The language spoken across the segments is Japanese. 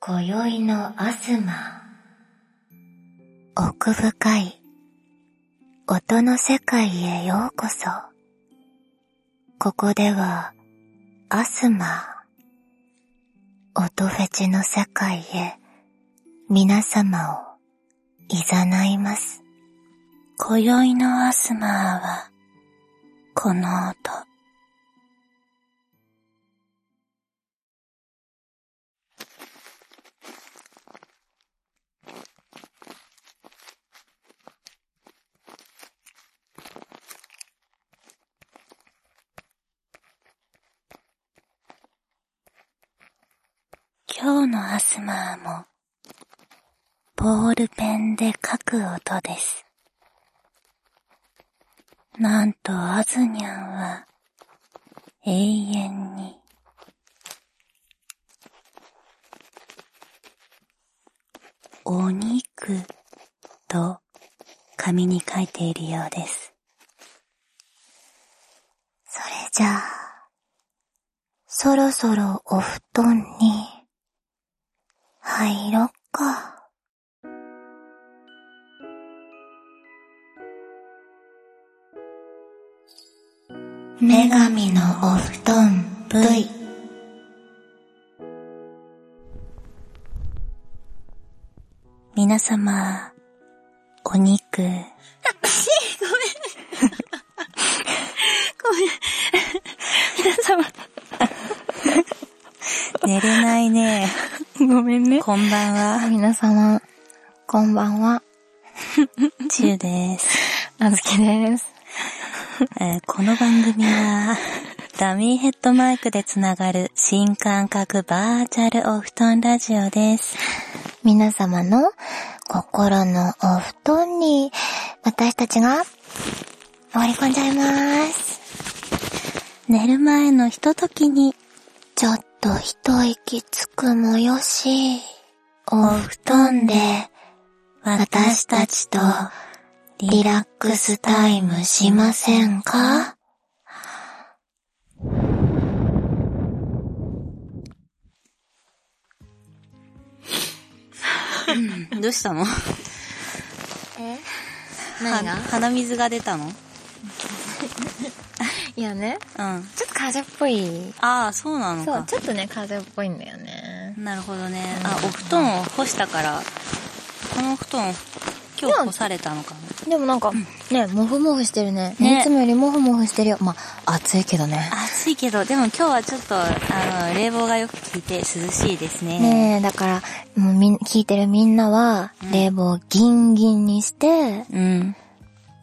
今宵のアスマ奥深い音の世界へようこそここではアスマ音フェチの世界へ皆様を誘います今宵のアスマーはこの音今日のアスマーもボールペンで書く音です。なんとアズニャンは永遠にお肉と紙に書いているようです。それじゃあ、そろそろお布団に入ろっか。女神のお布団 V 皆様、お肉。ごめん。ご めん。皆様。寝れないね。 ごめんね。こんばんは。皆様、こんばんは。ちゆです。あずきです。えーこの番組 は、ダミーヘッドマイクでつながる新感覚バーチャルお布団ラジオです。皆様の心のお布団に私たちが割り込んじゃいます。寝る前のひとときにちょっと一息つくもよし、お布団で私たちとリラックスタイムしませんかどうしたのえは鼻水が出たのうん。いやね、あちょっと風邪っぽい。あ、そうなのょか。っとね、風邪っぽいんだよね。なるほどね。あ、お布団を干したから、このお布団、今日干されたのかな。でもなんか、ね、もふもふしてるね。ねいつもよりもふもふしてるよ。まあ、暑いけどね。暑いけど、でも今日はちょっと、あの、冷房がよく効いて涼しいですね。ねえ、だから、もうみん、聞いてるみんなは、冷房をギンギンにして、うん。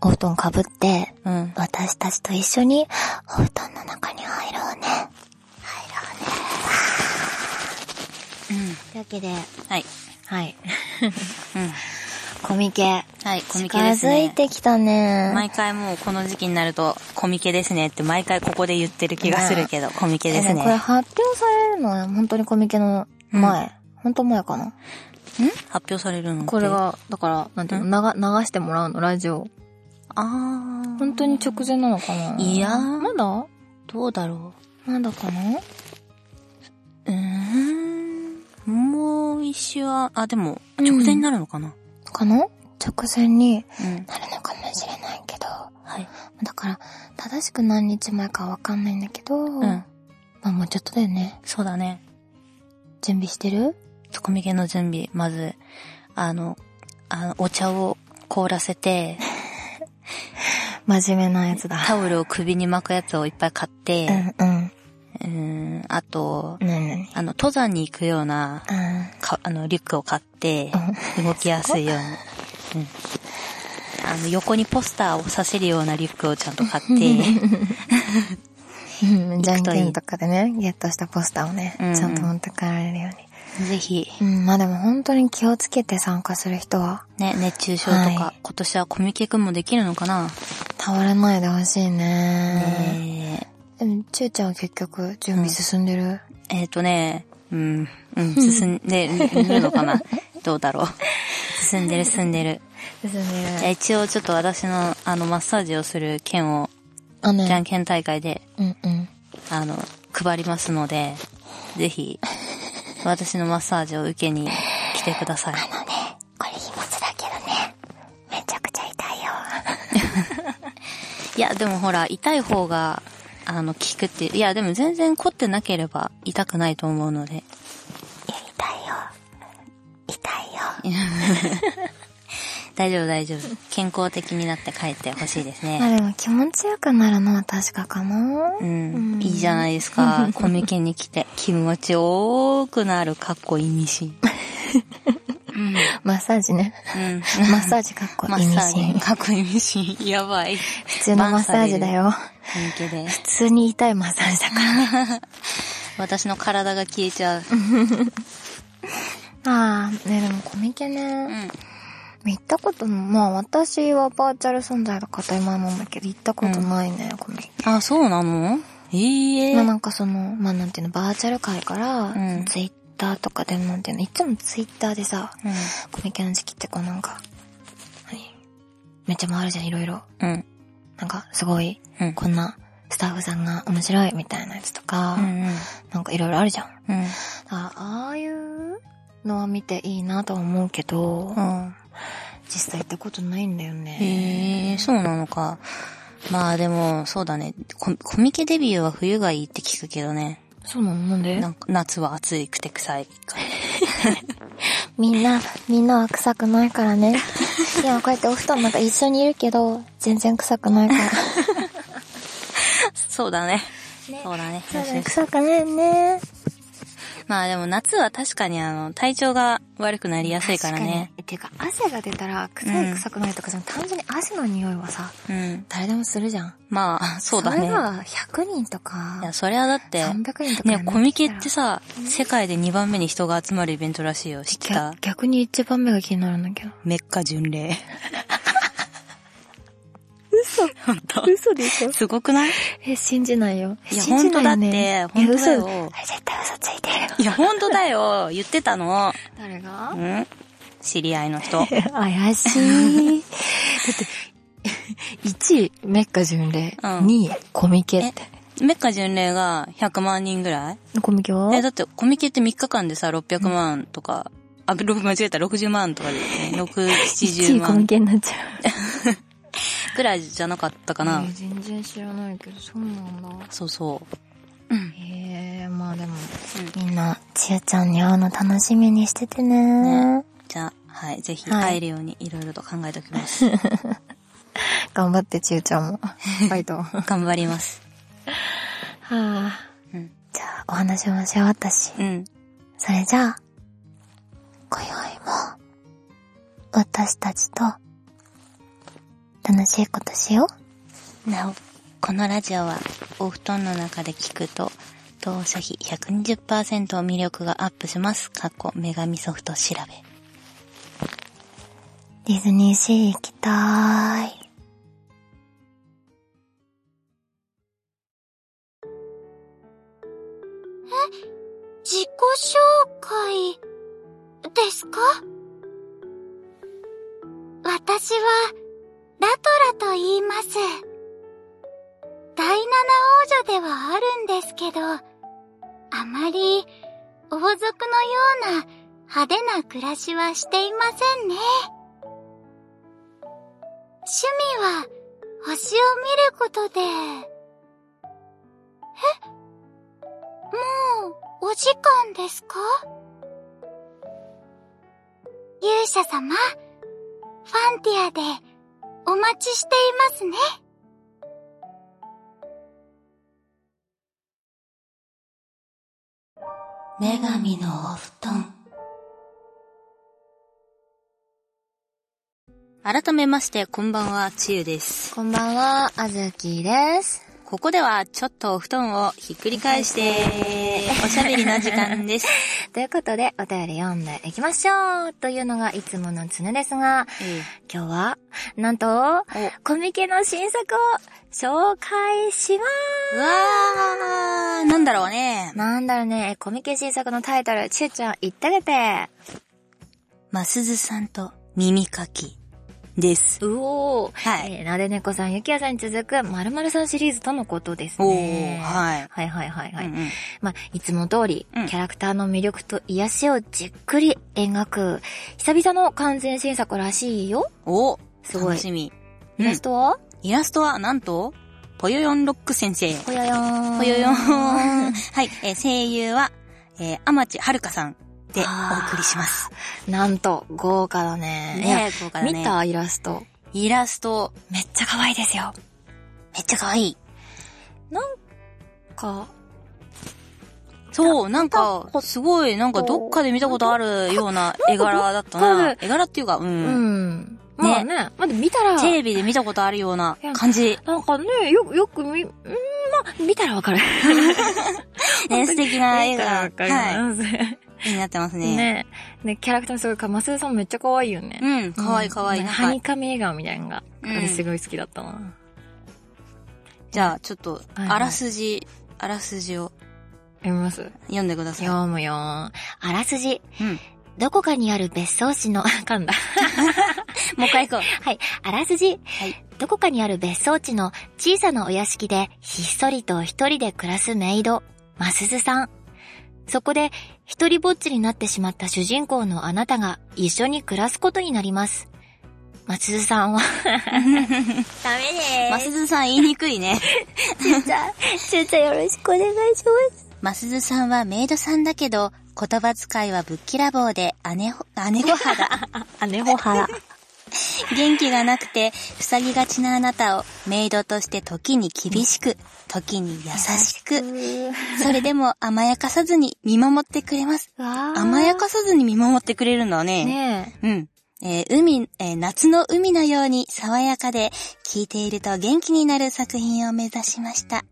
お布団かぶって、うん。私たちと一緒に、お布団の中に入ろうね。入ろうね。というわけで、はい。はい。うん。コミケ。はい、コミ近ケですづいね。てきたね。毎回もうこの時期になると、コミケですねって毎回ここで言ってる気がするけど、コミケですえもこれね。発表されるのは本当にコミケの前。本当前かな。発表されるのってこれ。が、だから、なんていうの、流流してもらうの、ラジオ。あー。本当に直前なのかないいやーまだどうだろまだかなう。うーん。もう一周は、あ、でも、直前になるのかな。かな直前にうん。なるのかもしれないけど。はい。だから、正しく何日前かわかんないんだけど、うんま。あもうちょっとだよね。そうだね。準備してるコミケの準備、まず、あの、あの、お茶を凍らせ て、真面目なやつだ。タオルを首に巻くやつをいっぱい買っうんて、うん。うーん、あと、なになにあの、登山に行くような、 うん。か、あの、リュックを買って、動きやすいように。うん。あの、横にポスターをさせるようなリュックをちゃんと買って、うんじゃんけんとかでね、ゲットしたポスターをね、うんうんちゃんと持って帰られるよ ぜひ、うに。うん、まあでも本当に気をつけて参加する人は、ね、熱中症とか、はい今年はコミケくんもできるのかな倒れないでほしいね。ねでもちゅうちゃんは結局、準備進んでる、ええっ、とね、うん、うん、進んでるのか などうだろう。進んでる進んでる。進んでじゃあ一応ちょっと私の、あの、マッサージをする券を、あの、じゃんけん大会で、うんうん。あの、配りますので、ぜひ、私のマッサージを受けに来てください。あのね、これ秘密だけどね、めちゃくちゃ痛いよ。いや、でもほら、痛い方が、あの、効くっていう。いや、でも全然凝ってなければ痛くないと思うので。いや、痛いよ。痛いよ。大丈夫、大丈夫。健康的になって帰ってほしいですまね。あでも気持ちよくなるのは確かかな。うん。いいじゃないですか。コミケに来て気持ち多くなる、かっこいいにし。うん。マッサージね。うん。マッサージかっこマいいッミサシーンジ。。かっこいいミシン。やばい。普通のマッサージだよ。本気で。普通に痛いマッサージだからね。私の体が消えちゃう。ああ、ね、でもコミケうね。ん。行ったことも、まあ私はバーチャル存在が固いままなんだけど、行ったことないね、コミケ。あ、そうなのええまあなんかその、まあなんていうの、バーチャル界から、うんツイッターとかでもなんていうの、いつもツイッターでさ、うんコミケの時期ってこうなんか、何めっちゃ回るじゃん、いろいろ。うん。なんかすごい、うんこんなスタッフさんが面白いみたいなやつとか、うんうん。なんかいろいろあるじゃん。うん。あああいうのは見ていいなとは思うけど、うん。実際行ったことないんだよね。へえ、そうなのか。まあでも、そうだね。ココミケデビューは冬がいいって聞くけどね。そうなのなんでなんか夏は暑いくて臭いから。みんな、みんなは臭くないからね。いや、こうやってお布団なんか一緒にいるけど、全然臭くないから。 そうだね。そうだね。そうだね臭くないね。まあでも夏は確かにあの、体調が悪くなりやすいからね。確かに。ていうか、汗が出たら、臭うんい臭くないとかじゃん、単純に汗の匂いはさ、うん。誰でもするじゃん。まあ、 そうだそれね。いが100人とかや、、それはだって、 300人とかね、コミケってさ、さ、世界で2番目に人が集まるイベントらしいよ。知った逆逆に一番目が気になるんだけど。メッカ巡 礼。嘘本当嘘でしょすごくないえ、信じないよ。いや信じないよね本当だっいやて本当だ嘘よあれ絶対嘘ついてるよ。いや、本当だよ。言ってたの。誰がうん知り合いの 人。怪しい。だって、1位、メッカ巡礼。うん2位、コミケって。メッカ巡礼が100万人ぐらいコミケはえ、だってコミケって3日間でさ、600万とか、あ、ろ間違えた、60万とかで、ね、1 6、70位コミ万ケになっちゃう。ぐらいじゃなかったかなえ。全然知らないけど、そうなんだ。そうそう。へえ、まあでも、みんな、ちゆちゃんに会うの楽しみにしててね。じゃあ、はい、ぜひはい会えるようにいろいろと考えておき ます。頑張って、ちゆちゃんも。 バイト。は頑張ります。あ。うん。じゃあ、お話もし終わったし。うん。それじゃあ、今宵も、私たちと、楽しいことしよなお、このラジオはお布団の中で聞くと、当社比120%魅力がアップします。過去、女神ソフト調べ。う。ディズニーシー行きたーい。自己紹介ですか私はラトラと言います。第七王女ではあるんですけど、あまり王族のような派手な暮らしはしていませんね。趣味は星を見ることで、もう、お時間ですか勇者様、ファンティアでお待ちしていますね。女神のお布団。改めまして、こんばんは、ちゆです。こんばんは、あずきです。ここでは、ちょっとお布団をひっくり返して、おしゃべりの時間です。ということで、お便り読んでいきましょうというのがいつもの常ですが、 え今日は、なんと、えコミケの新作を紹介しまおうわー、なんだろうねす。なんだろうね、コミケ新作のタイトル、ちゅうちゃん言ってあげて。マスズさんと耳かき。です。うおー。はい。えーなで猫さん、ゆきやさんに続く、まるまるさんシリーズとのことですおねー、。はい。はいはいはいはい。うんうんまあ、いつも通り、うんキャラクターの魅力と癒しをじっくり描く、久々の完全新作らしいよ。おすご楽い。しみ。イラストは、イラストは、なんと、ぽよよんロック先生。ぽよよーん。ぽよよん。はい、えー声優は、えー、天地遥さんでお送りします。 なんと、豪華だね。いやねえ、豪華だね。見たイラスト。イラスト、めっちゃ可愛いですよ。めっちゃ可愛い。か、そう、なんか、すごい、なんかどっかで見たことあるような絵柄だったなんかどっなか。絵柄っていうか、う。うんん。まあね、まあでも見たら、テレビで見たことあるような感じ。なんかね、よく、よく見、うんまあ、見たらわかる。ね、素 敵な絵見たらが、わかりはます。い、絵になってますね。 ねね、キャラクターもすごいか、マスさんめっちゃ可愛いよね。うん、可愛い可愛い。うんなんはかにかみ笑顔みたいなのが、うん私すごい好きだったな。じゃあ、ちょっと、はいあらすじ、あらすじを読みます読んでください。読むよーんあらすじ。うん。どこかにある別荘地 の、噛んだ。もう一回行こう。はい。あらすじ。はいどこかにある別荘地の小さなお屋敷で、ひっそりと一人で暮らすメイド、マスズさん。そこで、一人ぼっちになってしまった主人公のあなたが一緒に暮らすことになります。マスズさんは、ダメ。ますすずさん言いにくいね。ちゅうちゃんよろしくお願いします。ますずさんはメイドさんだけど、言葉遣いはぶっきらぼうで、姉ほ、姉御肌。 あ、ねほはら。元気がなくて、塞ぎがちなあなたを、メイドとして時に厳しく、時に優しく、それでも甘やかさずに見守ってくれます。甘甘やかさずに見守ってくれるんだねうん。えー海、えー夏の海のように爽やかで、聴いていると元気になる作品を目指しました。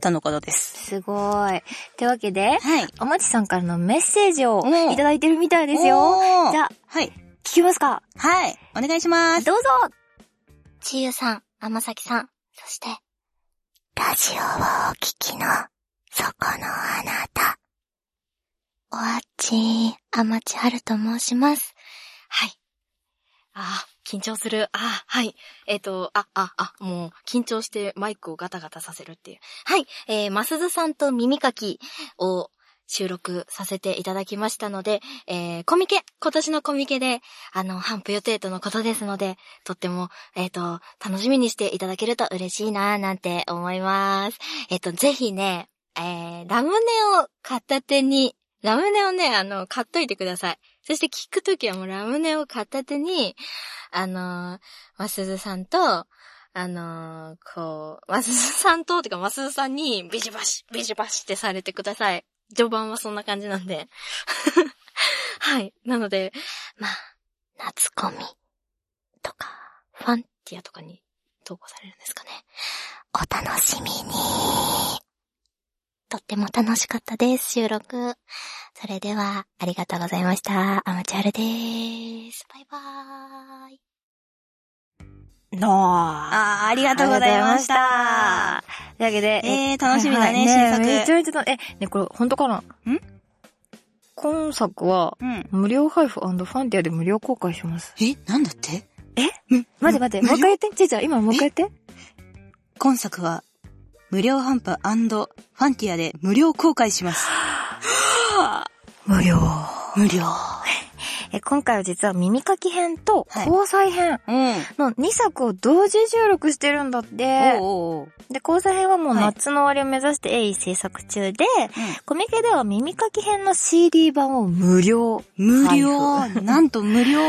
とのことでえ。す。すごい。ってわけで、はい。おまちさんからのメッセージをうんいただいてるみたいですよ。おーじゃあ、はい。聞きますかはい。お願いしまどうす。ぞちゆさん、あまさきさん、そして、ラジオをお聞きの、そこのあなた。おあっちー、あまちはると申します。はい。あー緊張する。あーはい。えっ、と、あ、あ、あ、もう、緊張してマイクをガタガタさせるっていう。はい。えー、ますずさんと耳かきを収録させていただきましたので、えー、コミケ、今年のコミケで、あの、頒布予定とのことですので、とっても、えっ、と、楽しみにしていただけると嬉しいなーなんて思います。えっ、と、ぜひね、えー、ラムネを片手に、ラムネをね、あの、買っといてください。そして聞くときはもうラムネを片手に、あのー、ますずさんと、あのー、こう、ますずさんと、てかますずさんにビジバシ、ビジバシってされてください。序盤はそんな感じなんで。 はい。なので、まあ、夏コミとか、ファンティアとかに投稿されるんですかね。お楽しみに。とっても楽しかったです、収録。それでは、ありがとうございました。アマチュアルです。バイバーイ。のああーありがとうございました。。というわけで、えー、楽しみだはね、いはいめ新ち作。ゃめちゃ楽、え、ね、これ本当かなん今作は、うん。無料配布ファンティアで無料公開します。え、なんだって待って待って、もう一回言って、ちーちゃん、今もう一回言って。今作は、無料販布ファンティアで無料公開します。無料。無料。え、今回は実は耳かき編とはい交際編うん。の2作を同時収録してるんだって。おうおうおうで、交際編はもうはい夏の終わりを目指して鋭意制作中で、うんコミケでは耳かき編の CD 版を無料。無料なんと無料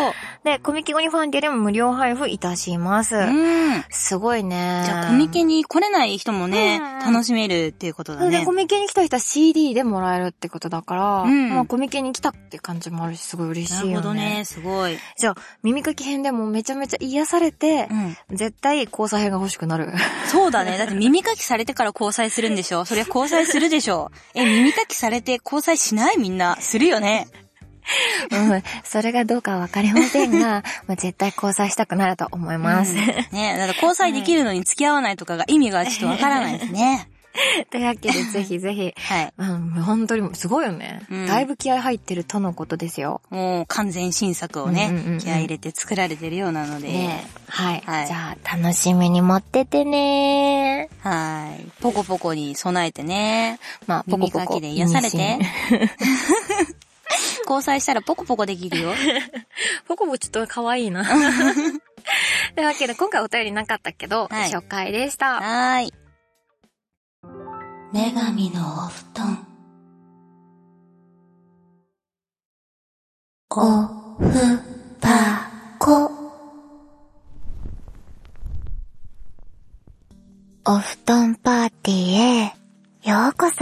で、コミケ後にファンディでも無料配布いたします。 うん。すごいね。じゃあ、コミケに来れない人もね、うん楽しめるっていうことそだれでねコ。ミケに来た人は CD でもらえるってことだから、うんまあコミケに来たって感じもあるし、すごい嬉しいなよね。るほどね、すごい。じゃあ、耳かき編でもめちゃめちゃ癒されて、うん。絶対交際編が欲しくなる。そうだね。だって耳かきされてから交際するんでしょそりゃ交際するでし ょえ、耳かきされて交際しないみんな。するよね。うん。 それがどうかはわかりませんが、まあ絶対交際したくなると思います。うんねだから交際できるのに付き合わないとかが意味がちょっとわからないですね。というわけで、ぜひぜひ。はい。うん、本当にすごいよね、うんだいぶ気合入ってるとのことですよ。もう完全新作をうんうんうんうねん、気合い入れて作られてるようなのでね。はい、はいじゃあ、楽しみに持っててねはい。ポコポコに備えてね。まあ、ポコ耳ポかコ。きで癒され妊て娠。交際したらポコポコできる よ。 ポコポちょっと可愛い な。というわけで、今回お便りなかったけど、はい紹介でした。はーい。女神のお布団。おふぱこ。お布団パーティーへようこそ。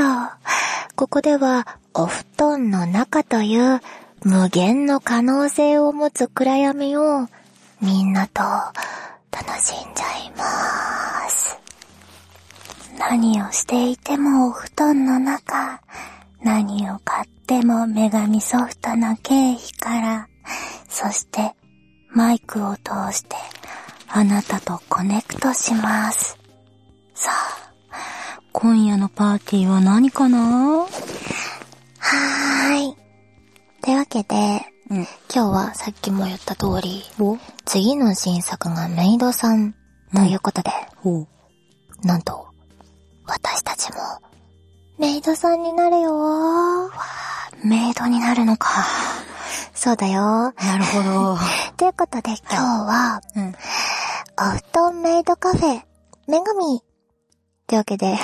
ここではお布団の中という無限の可能性を持つ暗闇をみんなと楽しんじゃいます。何をしていてもお布団の中、何を買っても女神ソフトな経費から、そしてマイクを通してあなたとコネクトします。さあ、今夜のパーティーは何かなはーい。というわけで、うん今日はさっきも言った通り、次の新作がメイドさんということで、ほう。なんと、私たちも、メイドさんになるよー。メイドになるのか。そうだよー。なるほ ど。ということで今日は、うんお布団メイドカフェ、めぐみ。というわけで、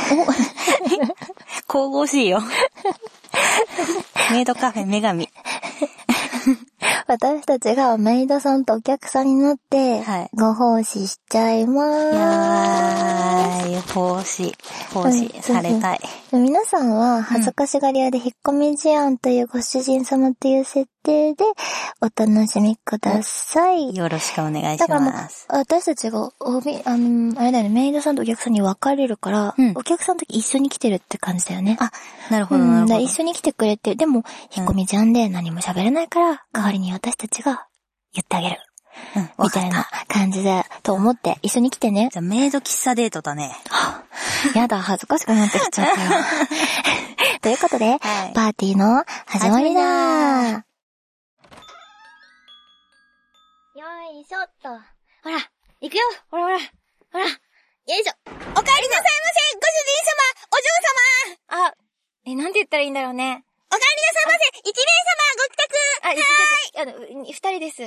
神々しいよ。メイドカフェ女神。私たちがメイドさんとお客さんになって、はいご奉仕しちゃいまいーやーい、奉仕、奉仕うんされたい。す。皆さんは恥ずかしがり屋で引っ込み思案というご主人様という設定でお楽しみください。よろしくお願いだしからもうます。私たちが、おみ、あの、あれだよね、メイドさんとお客さんに分かれるから、うんお客さんと一緒に来てるって感じだよね。あ、なるう、ほど、なんるだからほど一。緒に来てくれて、でも、引っ込みじゃんで何も喋れないから、代わりに私たちが言ってあげる。うん、わみかたっいた。な感じだと思って、一緒に来てね。じゃあ、メイド喫茶デートだね。やだ、恥ずかしくなってきちゃ ったよ。ということで、はい。パーティーの始まりだよいしょっと。ほら、行くよほらほらほらよいしょお帰りなさいませご主人様お嬢様あ、え、なんて言ったらいいんだろうね。お帰りなさいませ一名様ご帰宅あ、一名様、あの、二人です。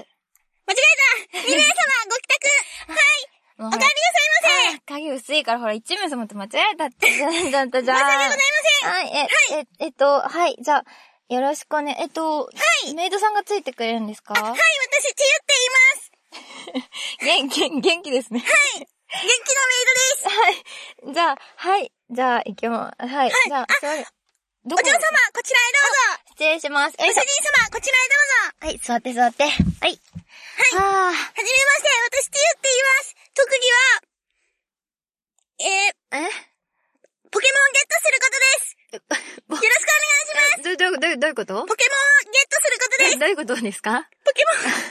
間違えた二名様ご帰宅はいお帰りなさいませ鍵薄いからほら、一名様って間違えたってじゃん、じゃん、じゃん。申し訳ございませんはい、え、え、えっと、はい、じゃあ、よろしくね。えっと、はい。メイドさんがついてくれるんですかはい、私、ちゆっています。元気、元気ですね。はい。じゃあ、はい。じゃあ、行きま、はい。じゃあ、座るどこお嬢様、こちらへどうぞ失礼します。ご主人様、こちらへどうぞはい、座って座って。はい。はい。はじめまして、私、ティユって言います。特技は、ええポケモンゲットすることです。よろしくお願いします。 ど、ど、ど、どういうことポケモンをゲットすることです。どういうことですか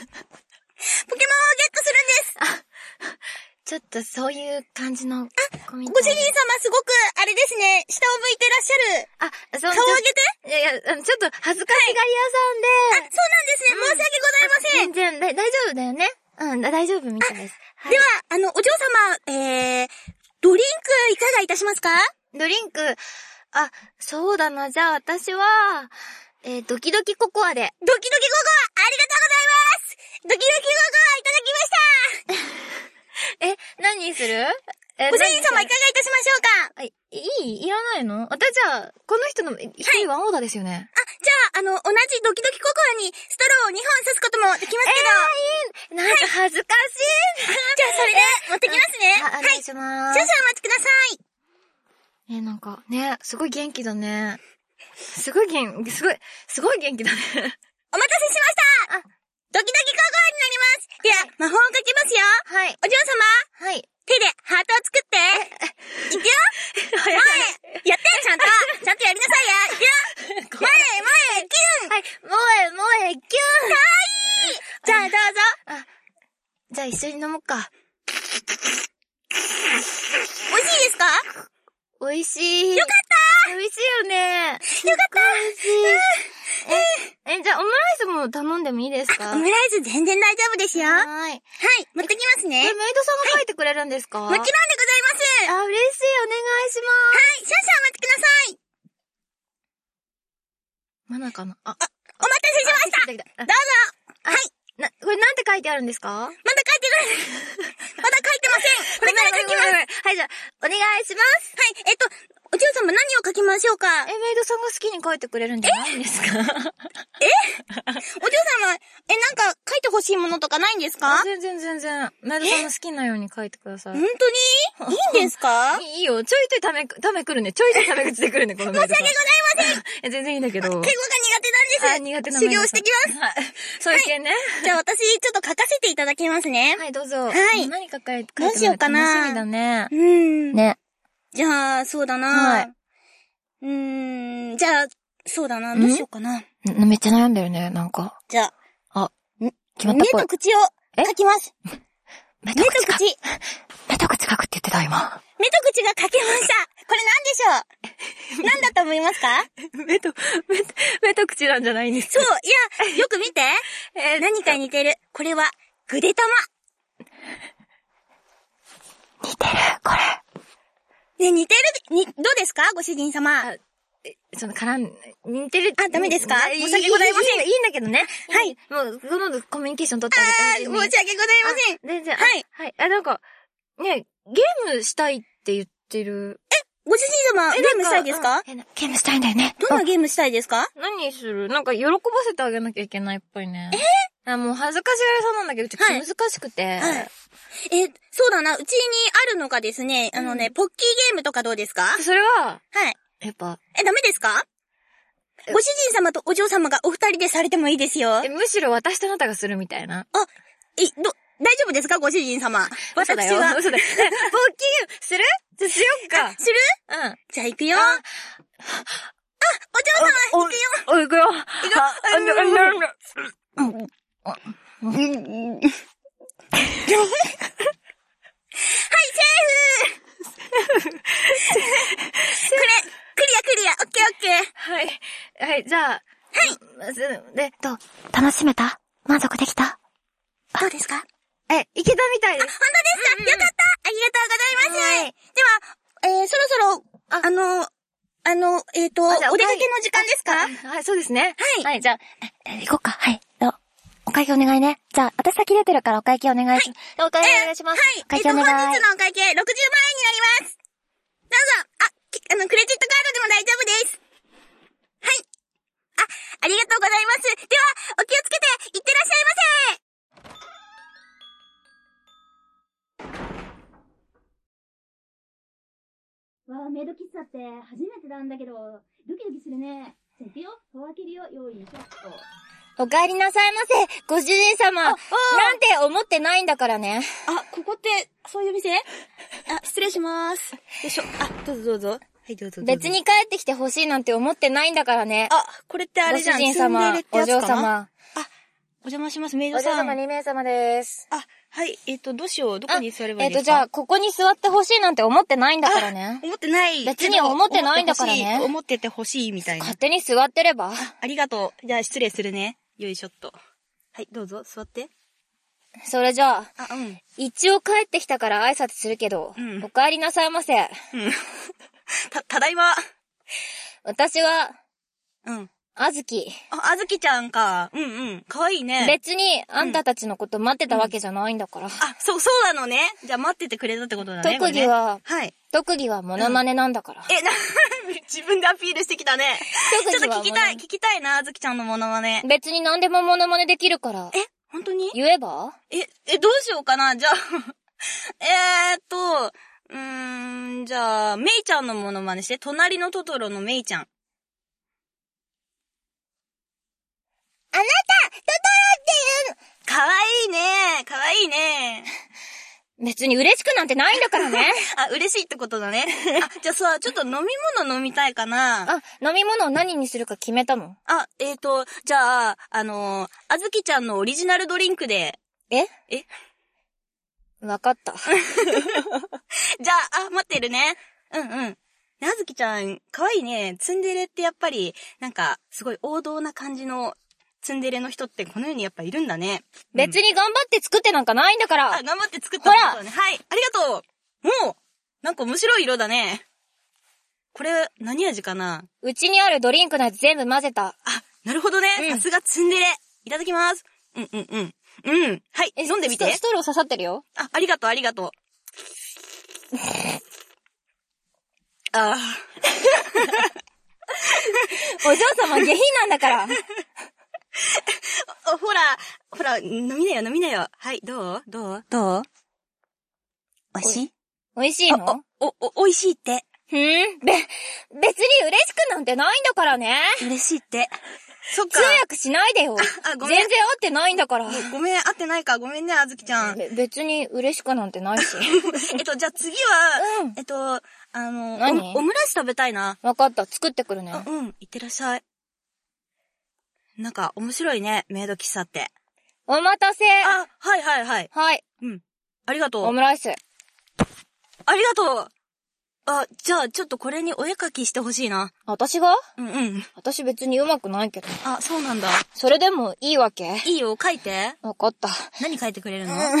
ポケモン、ポケモンをゲットするんです。ちょっとそういう感じのコミュニご主人様すごく、あれですね、下を向いてあ、そらっしゃる。う、顔を上いげてやいや、あのちょっと恥ずかしがり屋さんで。そうなんですね、申し訳ご全然、だざいません。大丈夫だよね。うん、だ大丈夫みたいです。では、あの、お嬢様、えー、ドリンクいかがいたしますかドリンク、あ、そうだな、じゃあ私は、えードキドキココアで。ドキドキゴゴありがとうございますドキドキゴゴいただきましたえ、何にするえ、ご主何人様いにかがいたしましょうあかいいいいらないの私じゃあ、この人の、一人ワンオーダーですよね。あ、じゃあ、あの、同じドキドキココアにストローを2本刺すこともできますけど。なんか恥ずかしい。じゃあ、それで、持ってきますね。あ、おは願い。い少します。々お待ちください。え、なんか、ね、すごい元気だね。すごい元気、すごい、すごい元気だね。お待たせしましたドキドキゴゴアになりますでは、魔法をかけますよはい。お嬢様はい。手でハートを作って。いくよ前やってちゃんとちゃんとやりなさいよい くよ前前キュンはい、萌え、萌え、キュンじゃあどうぞじゃあ一緒に飲もうか。美味しいですか美味しい。よかった美味しいよね。よかった美味しい。え、え、じゃあオムライスも頼んでもいいですかオムライス全然大丈夫ですよ。ははーい、い。持ってきますね。え、メイもドさんが書いてくれるんですか、ちろんでございます。あ、嬉しい。お願いしまはい、少々お待ちください。す。マナかなあ、お待たせしました。来た来た。どうぞ。あはい。な、これなんて書いてあるんですかまだ書いてない。まだ書いてません。 これから書きます。はい、じゃあ、お願いします。はい、えっと、お嬢様何を書きましょうかえ、メイドさんが好きに書いてくれるんじゃないんですかお嬢様、え、なんか書いてほしいものとかないんですか全然全然。メイドさんの好きなように書いてください本。当にいいんです かいいよ。ちょいちょいため、ためくるね。ちょいちょいため口でくるね、このメイドさん。申し訳ございません。全然いいんだけど。敬語が苦手なんです。な修行してきます。ます。はい。そういう系ね。じゃあ私、ちょっと書かせていただきますね。はい、どうぞ。はい何書かれてどうしようかな楽しみだね。うーん。ね。じゃあ、そうだな。はい、うーん、じゃあ、そうだな。どうしようかな。めっちゃ悩んでるね、なんか。じゃあ、決まっ目たっぽいと。口をえ書きます。目と目と口か。口。目と口書くって言ってた、今。目と口が書けました。これなんで しょうなんだと思いますか 目と、目と、目と口なんじゃないんですそう、いや、よく見 て。何か似てる。これは、ぐでた似てる、これ。ま。ね、似てる、に、どうですかご主人様。あその、絡ん、似てる。あダメですかいやいい申し訳ございませんいいいいんだけどね。はい。もう、どんどんコミュニケーション取ってああげー、申して訳ほござしいいね。ません。あ全然、あはい。はい。あ、なんか、ね、ゲームしたいって言ってる。ご主人様、ゲームしたいですかえ、なゲームしたいんだよね。どんなゲームしたいですか何するなんか喜ばせてあげなきゃいけないっぽいね。えあもう恥ずかしがりさんなんだけど、ちょはいっと難しくて。はいえ、そうだな。うちにあるのがですね、あのね、ポッキーゲームとかどうですかはい。それは、やっぱ、え、ダメですかえご主人様とお嬢様がお二人でされてもいいですよ。ええ、むしろ私とあなたがするみたいな。ど、大丈夫ですかご主人様。嘘だよ私は。。嘘だよ。えポッキーゲームするじゃあしよっか。するうん。じゃあ行くよ。あ、お嬢様、行くよ。お、行くよ。行くよ。これ、クリアクリア。オッケーオッケー。はい。はい、じゃあ。はい。で、と、楽しめた満足できたどうですかえ、いけたみたいです。本当ですか、よかったありがとうございます、では、えー、そろそろ、ああの、あの、えっ、と、おじゃあ出かけの時間ですかはい、そうですね。はいはい、じゃあ、え行こうか。はい。おお会計お願いね。じゃあ、私先出てるからお会計お願いします。お会計お願いします。おはい。え会っ、計と、お本日願い。のお会計、60万円になります。どうぞ、あ、きあの、クレジットカードでも大丈夫です。はい。あ、ありがとうございます。では、お気をつけて、いってらっしゃいませわあ、メイド喫茶って初めてなんだけど、ドキドキするね。じゃあ行くよ、戸開けるよ、用意しょっと。お帰りなさいませ、ご主人様。なんて思ってないんだからね。あ、ここって、そういう店あ、失礼します。よいしょ。あ、どうぞどうぞ。はい、どうぞどうぞ。別。に帰ってきてほしいなんて思ってないんだからね。あ、これってあごれ主じゃん。人ツンデ様レって、おやつか嬢な。様。お邪魔します、メイおド嬢さん。様2名様です。あ、はい、えっ、と、どうしよう、どこに座ればいえっいでと、すじゃかあ、ここに座ってほしいなんて思ってないんだからね。思ってない。別に思ってないんだからねけど思っててほしい、思っててほしいみたいな勝。手に座ってれば。 ありがとう。じゃあ、失礼するね。よいしょっと。はい、どうぞ、座って。それじゃあ、あ、うん。一応帰ってきたから挨拶するけど、うんお帰りなさいませ。た、ただいま。私は、うん。あずき。あ、あずきちゃんか。うんうん。かわいいね。別に、あんたたちのこと待ってたわけじゃないんだから。あ、そう、そうなのね。じゃあ、待っててくれたってことだね。特技はこれね。はい。特技はモノマネなんだから。え、な、 自分でアピールしてきたね。ちょっ特と技は聞きたい、聞きたいな、あずきちゃんのモノマネ。別に何でもモノマネできるから。え、本当に言えばえ、え、どうしようかな、じゃあ。 えーっと、うーん、じゃあ、メイちゃんのモノマネして、隣のトトロのメイちゃん。あなた、トトロって言うのかわいいね、かわいいね。別に嬉しくなんてないんだからね。 あ、嬉しいってこと だね。あ、じゃあさ、ちょっと飲み物飲みたいかな。あ、飲み物を何にするか決めたのあ、えーっと、じゃあ、あのー、あずきちゃんのオリジナルドリンクで。ええわかった。じゃあ、あ、待ってるね。うんうん。なずきちゃん、かわいいね。ツンデレってやっぱり、なんか、すごい王道な感じのツンデレの人ってこの世にやっぱいるんだね。別に頑張って作ってなんかないんだからあ、頑張って作ったことだね。はい、ありがとうもうなんか面白い色だね。これ、何味かなうちにあるドリンクのやつ全部混ぜた。あ、なるほどね。うんさすがツンデレ。いただきます。うんうんうん。うん。はい、飲んでみてスト。ストロー刺さってるよ。あ、ありがとう、ありがとう。ああ。お嬢様下品なんだ から。おほら、ほら、飲みなよ、飲みなよ。はい、どうどうどうおしい美味しいのうんお、お、美味しいって。べ、別に嬉しくなんてないんだからね。嬉しいって。そっか通。訳しないでよ。あご全めん然合ってないんだから。ごめん、合ってないか。ごめんね、あずきち ゃん。べ別に嬉しくなんてない し。えっと、じゃあ次は、うんえっと、あの、何おオムライス食べたいな。わかった、作ってくるね。あ、うん、いってらっしゃい。なんか、面白いね、メイド喫茶って。お待たせ。あ、はいはいはい。はい、ありがとうオ。ムライス。ありがとう。あ、じゃあ、ちょっとこれにお絵描きしてほしいな。私がうんうん。私別にうまくないけど。あ、そうなんだ。それでもいいわけいいよ、描いて。わかった。何描いてくれるのは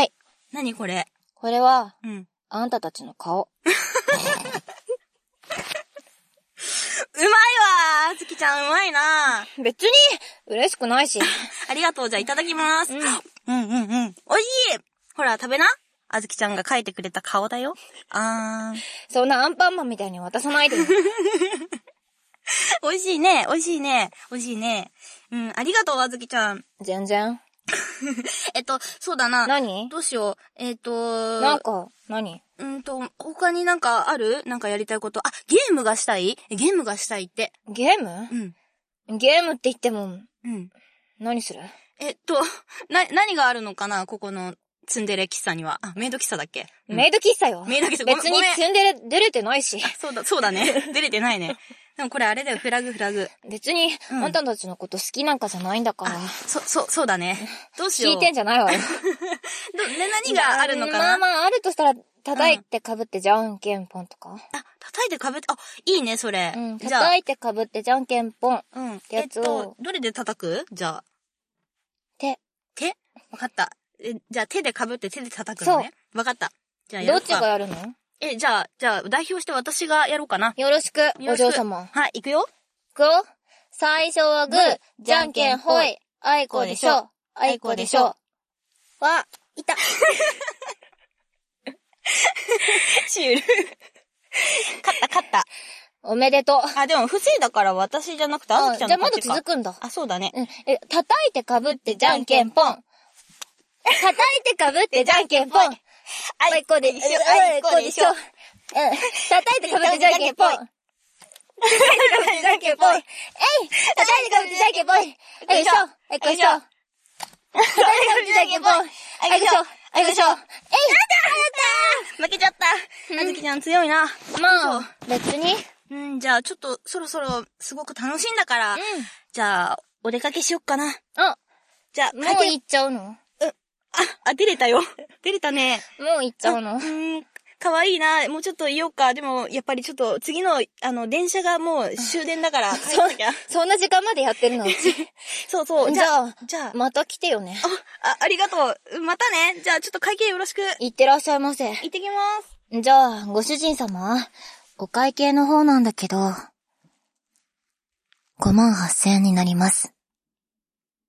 い。何これこれは、うん。あんたたちの顔。うまいわーあずきちゃんうまいなー別に、嬉しくないし。ありがとう、じゃあいただきます。うん、うん、うんうん。おいしいほら、食べなあずきちゃんが描いてくれた顔だよ。あー。そんなアンパンマンみたいに渡さないでよ。美味しいね、美味しいね、美味しいね。うん、ありがとう、あずきちゃん。 全然。えっと、そうだな。何どうしよう。えっ、と、なんか、何うんと、他になんかあるなんかやりたいこと。あ、ゲームがしたいえゲームがしたいって。ゲームうん。ゲームって言っても、うん。何するえっと、な、何があるのかなここのツンデレ喫茶には。あ、メイド喫茶だっけうんメイド喫茶よ。メイド喫茶ごめん別ごめんにツンデレ出れてないし。そうだ、そうだね。出れてないね。でもこれあれだよ、フラグフラグ。別に、うんあんたたちのこと好きなんかじゃないんだから。そ、そう、そうだね。どうしよう。聞いてんじゃないわよ。どね何があるのかまなあまあ、あるとしたら、叩いて被ってじゃんけんぽんとか。あ、叩いてかぶって、あ、いいね、それ。うん。じゃあ叩、いて被ってじゃんけんぽん。うん。えやっつをと、どれで叩くじゃあ。手。手わかった。え、じゃあ手でかぶって手で叩くのね。わかった。じゃあやどろっうちかがやるのえ、じゃあ、じゃあ、代表して私がやろうかな。よろしく、よおろし嬢く様。はい、行くよ。 くよ最初はグー、じゃんけんほい、あいこでしょ、あいこでしょ。わ、いた。シュール。勝った、勝った。おめでとう。あ、でも、不正だから私じゃなくて、あずあきちじゃんゃのあまだ勝ちか続くんだ。あ、そうだね。うん。え、叩いてかぶってじゃんけんぽん。叩いてかぶってじゃんけんぽん。あいこでしょ、あいこでしょ。うん。叩いてかぶってじゃんけんぽん。叩いてかぶってじゃんけんぽん。えい叩いてかぶってじゃんけんぽん。あいこでしょ、あいこでしょ。叩いてかぶってじゃんけんぽん。あいこでしょ、あいこでしょ。負けちゃった。あずきちゃん強いな。えいまあ、別に。うん、じゃあ、ちょっと、そろそろ、すごく楽しいんだから、うん。じゃあ、お出かけしよっかな。あ、じゃあ、もう行っちゃうのもあ、あ、出れたよ。出れたね。う行っちゃうのうーん、かわいいな。もうちょっといようか。でも、やっぱりちょっと、次の、あの、電車がもう終電だから、帰んなきゃ。そんな時間までやってるの そうそう。じじゃあ、ゃあ、じゃあ、また来てよね。あ、ありがとう。またね。じゃあ、ちょっと会計よろしく。行いってらっしゃいませ。ってきます。じゃあ、ご主人様、お会計の方なんだけど、 5万8千円になります。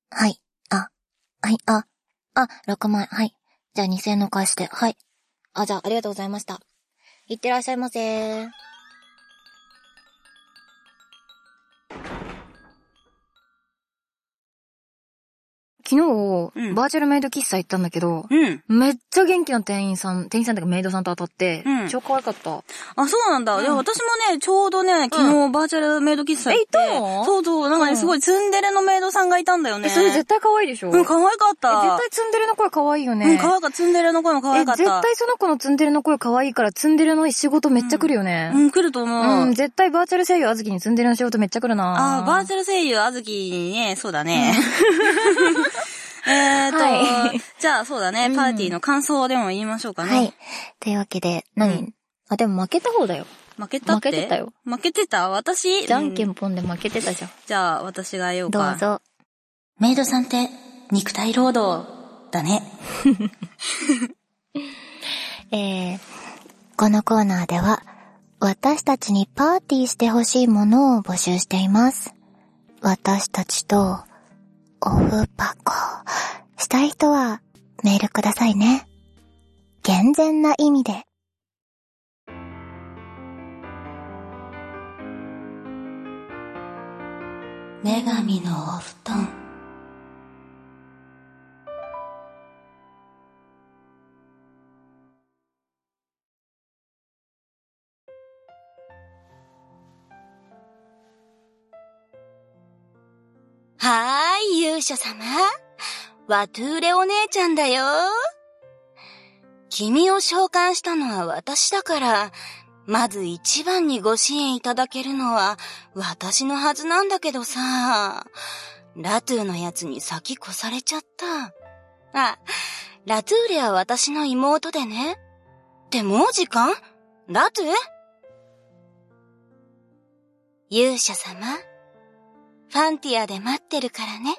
はい。あ、はい、あ、あ、6万円、はい。じゃあ2千円の返しで、はい。あ、じゃあ、ありがとうございました。いってらっしゃいませ。昨日、うんバーチャルメイド喫茶行ったんだけど、うん。めっちゃ元気な店員さん、店員さんとかメイドさんと当たって、うん超可愛かった。あ、そうなんだ。でも私もね、ちょうどね、昨日、バーチャルメイド喫茶行って。え行ったのそうそう。なんかね、うんすごいツンデレのメイドさんがいたんだよね。え、それ絶対可愛いでしょ、うん、可愛かっえた。絶対ツンデレの声可愛いよね。うん、可愛かった。ツンデレの声も可愛かった。え、絶対その子のツンデレの声可愛いから、ツンデレの仕事めっちゃ来るよね。うん、来るとう思んう。絶対バーチャル声優あずきにツンデレの仕事めっちゃ来るなああ、バーチャル声優、あずきにね、そうだね。 えーと、はいじゃあそうだね、パーティーの感想でも言いましょうかね。はい。というわけで、何、あ、でも負けた方だよ。負けたって負けてたよ。負けてた私じゃんけうんぽんで負けてたじゃん。じゃあ私が言おうどか。うぞ。メイドさんって肉体労働だね。えー、このコーナーでは、私たちにパーティーしてほしいものを募集しています。私たちと、オフパコ、したい人は、メールくださいね。健全な意味で。女神のお布団。はーい、勇者様。ワトゥーレお姉ちゃんだよ。君を召喚したのは私だから、まず一番にご支援いただけるのは私のはずなんだけどさ。ラトゥーのやつに先越されちゃった。あ、ラトゥーレは私の妹でね。ってもう時間ラトゥー勇者様。ファンティアで待ってるからね。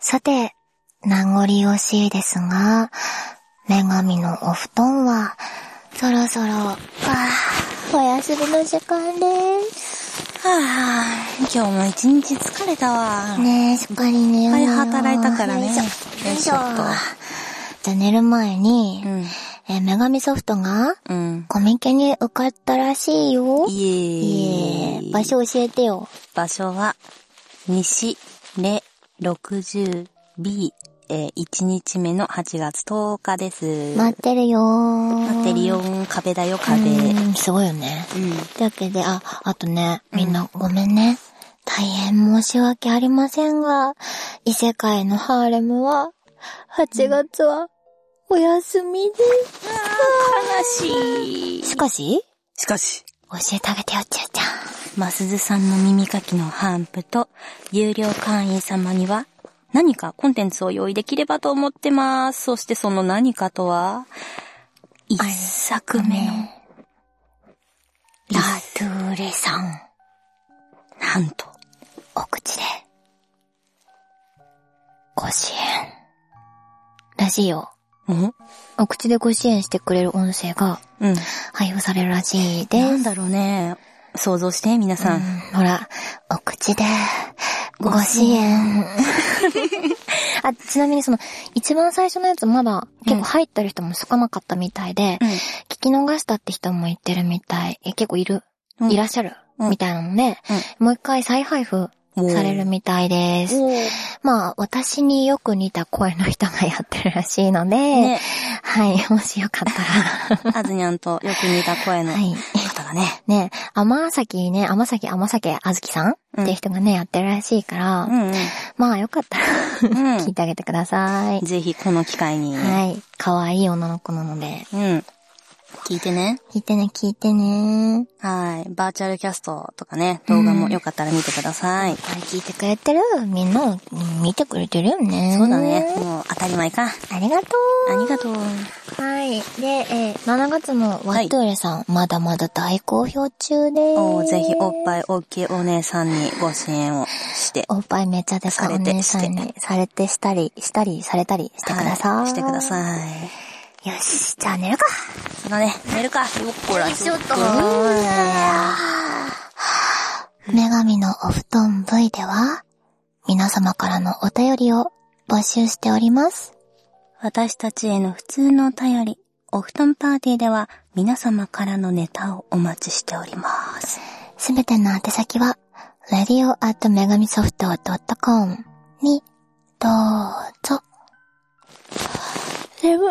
さて、名残惜しいですが、女神のお布団は、そろそろ、わあ、お休みの時間です。はぁ、今日も一日疲れたわ。ねえ、しっかり寝いよっうぱいよ。働いたからね。よいしょよいしょっじゃあ寝る前に、と。えー女神ソフトがうん。うん。コミケに受かったらしいよ。いえいーえ場所教えてよ。場所は、西、レ、60B、えー、1日目の8月10日です。待ってるよ待ってるよー壁だよ、壁。うん。うんすごいよね。というわけで、あ、あとね、みんなごめんね。大変申し訳ありませんが、異世界のハーレムは、8月は、お休みです。悲しい。しかし、しかし、教えてあげてよ、ちゅうちゃん。マスズさんの耳かきのハンプと、有料会員様には、何かコンテンツを用意できればと思ってます。そしてその何かとは、一作目の、ラトゥーレさん、なんと、お口で、ご支援。らしいよ。んお口でご支援してくれる音声がうん。配布されるらしいでなす。んだろうね。想像して、皆さん。ほら、お口で、ご支援。 あ、ちなみにその、一番最初のやつまだ結構入ってる人も少なかったみたいで、うん聞き逃したって人も言ってるみたい。え結構いる、うんいらっしゃる、うんみたいなので、もう一回再配布されるみたいです。おーまあ、私によく似た声の人がやってるらしいので、ね、はい、もしよかったら、あずにゃんとよく似た声のはい。方がね。ね、甘崎ね、甘崎甘崎あずきさん、うんっていう人がね、やってるらしいから、うんまあよかったらうん。 聞いてあげてください。ぜひこの機会に。はい。可愛い女の子なので、うん。聞いてね。聞いてね、聞いてね。はい。バーチャルキャストとかね、動画もよかったら見てください。あれ聞いてくれてるみんな見てくれてるよね。そうだね。。もう当たり前か。あありがとりがとう。う。はい。で、えー7月もワトゥーレさん、まだまだ大好評中でおーす。ぜひおっぱい大きいお姉さんにご支援をして。おっぱいめっちゃでかさいおれて姉さんにされてしたり、したり、されたりしてください。はしてください。よし、じゃあ寝るか。い。そうだね。寝るか。よっこら。ちょっと。女神のお布団 V では、皆様からのお便りを募集しております。私たちへの普通のお便り、お布団パーティーでは皆様からのネタをお待ちしております。すべての宛先は、radio.megamisoft.com に、どうぞ。眠、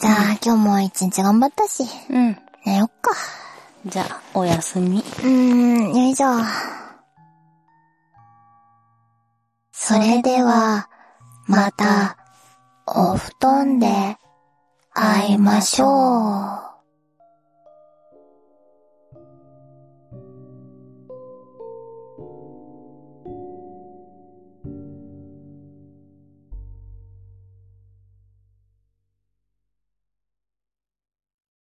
じゃあ、今日も一日頑張ったし、うん。寝よっか。じゃあ、おやすみ。うーん、よいしょ。それでは、また、お布団で会いましょう。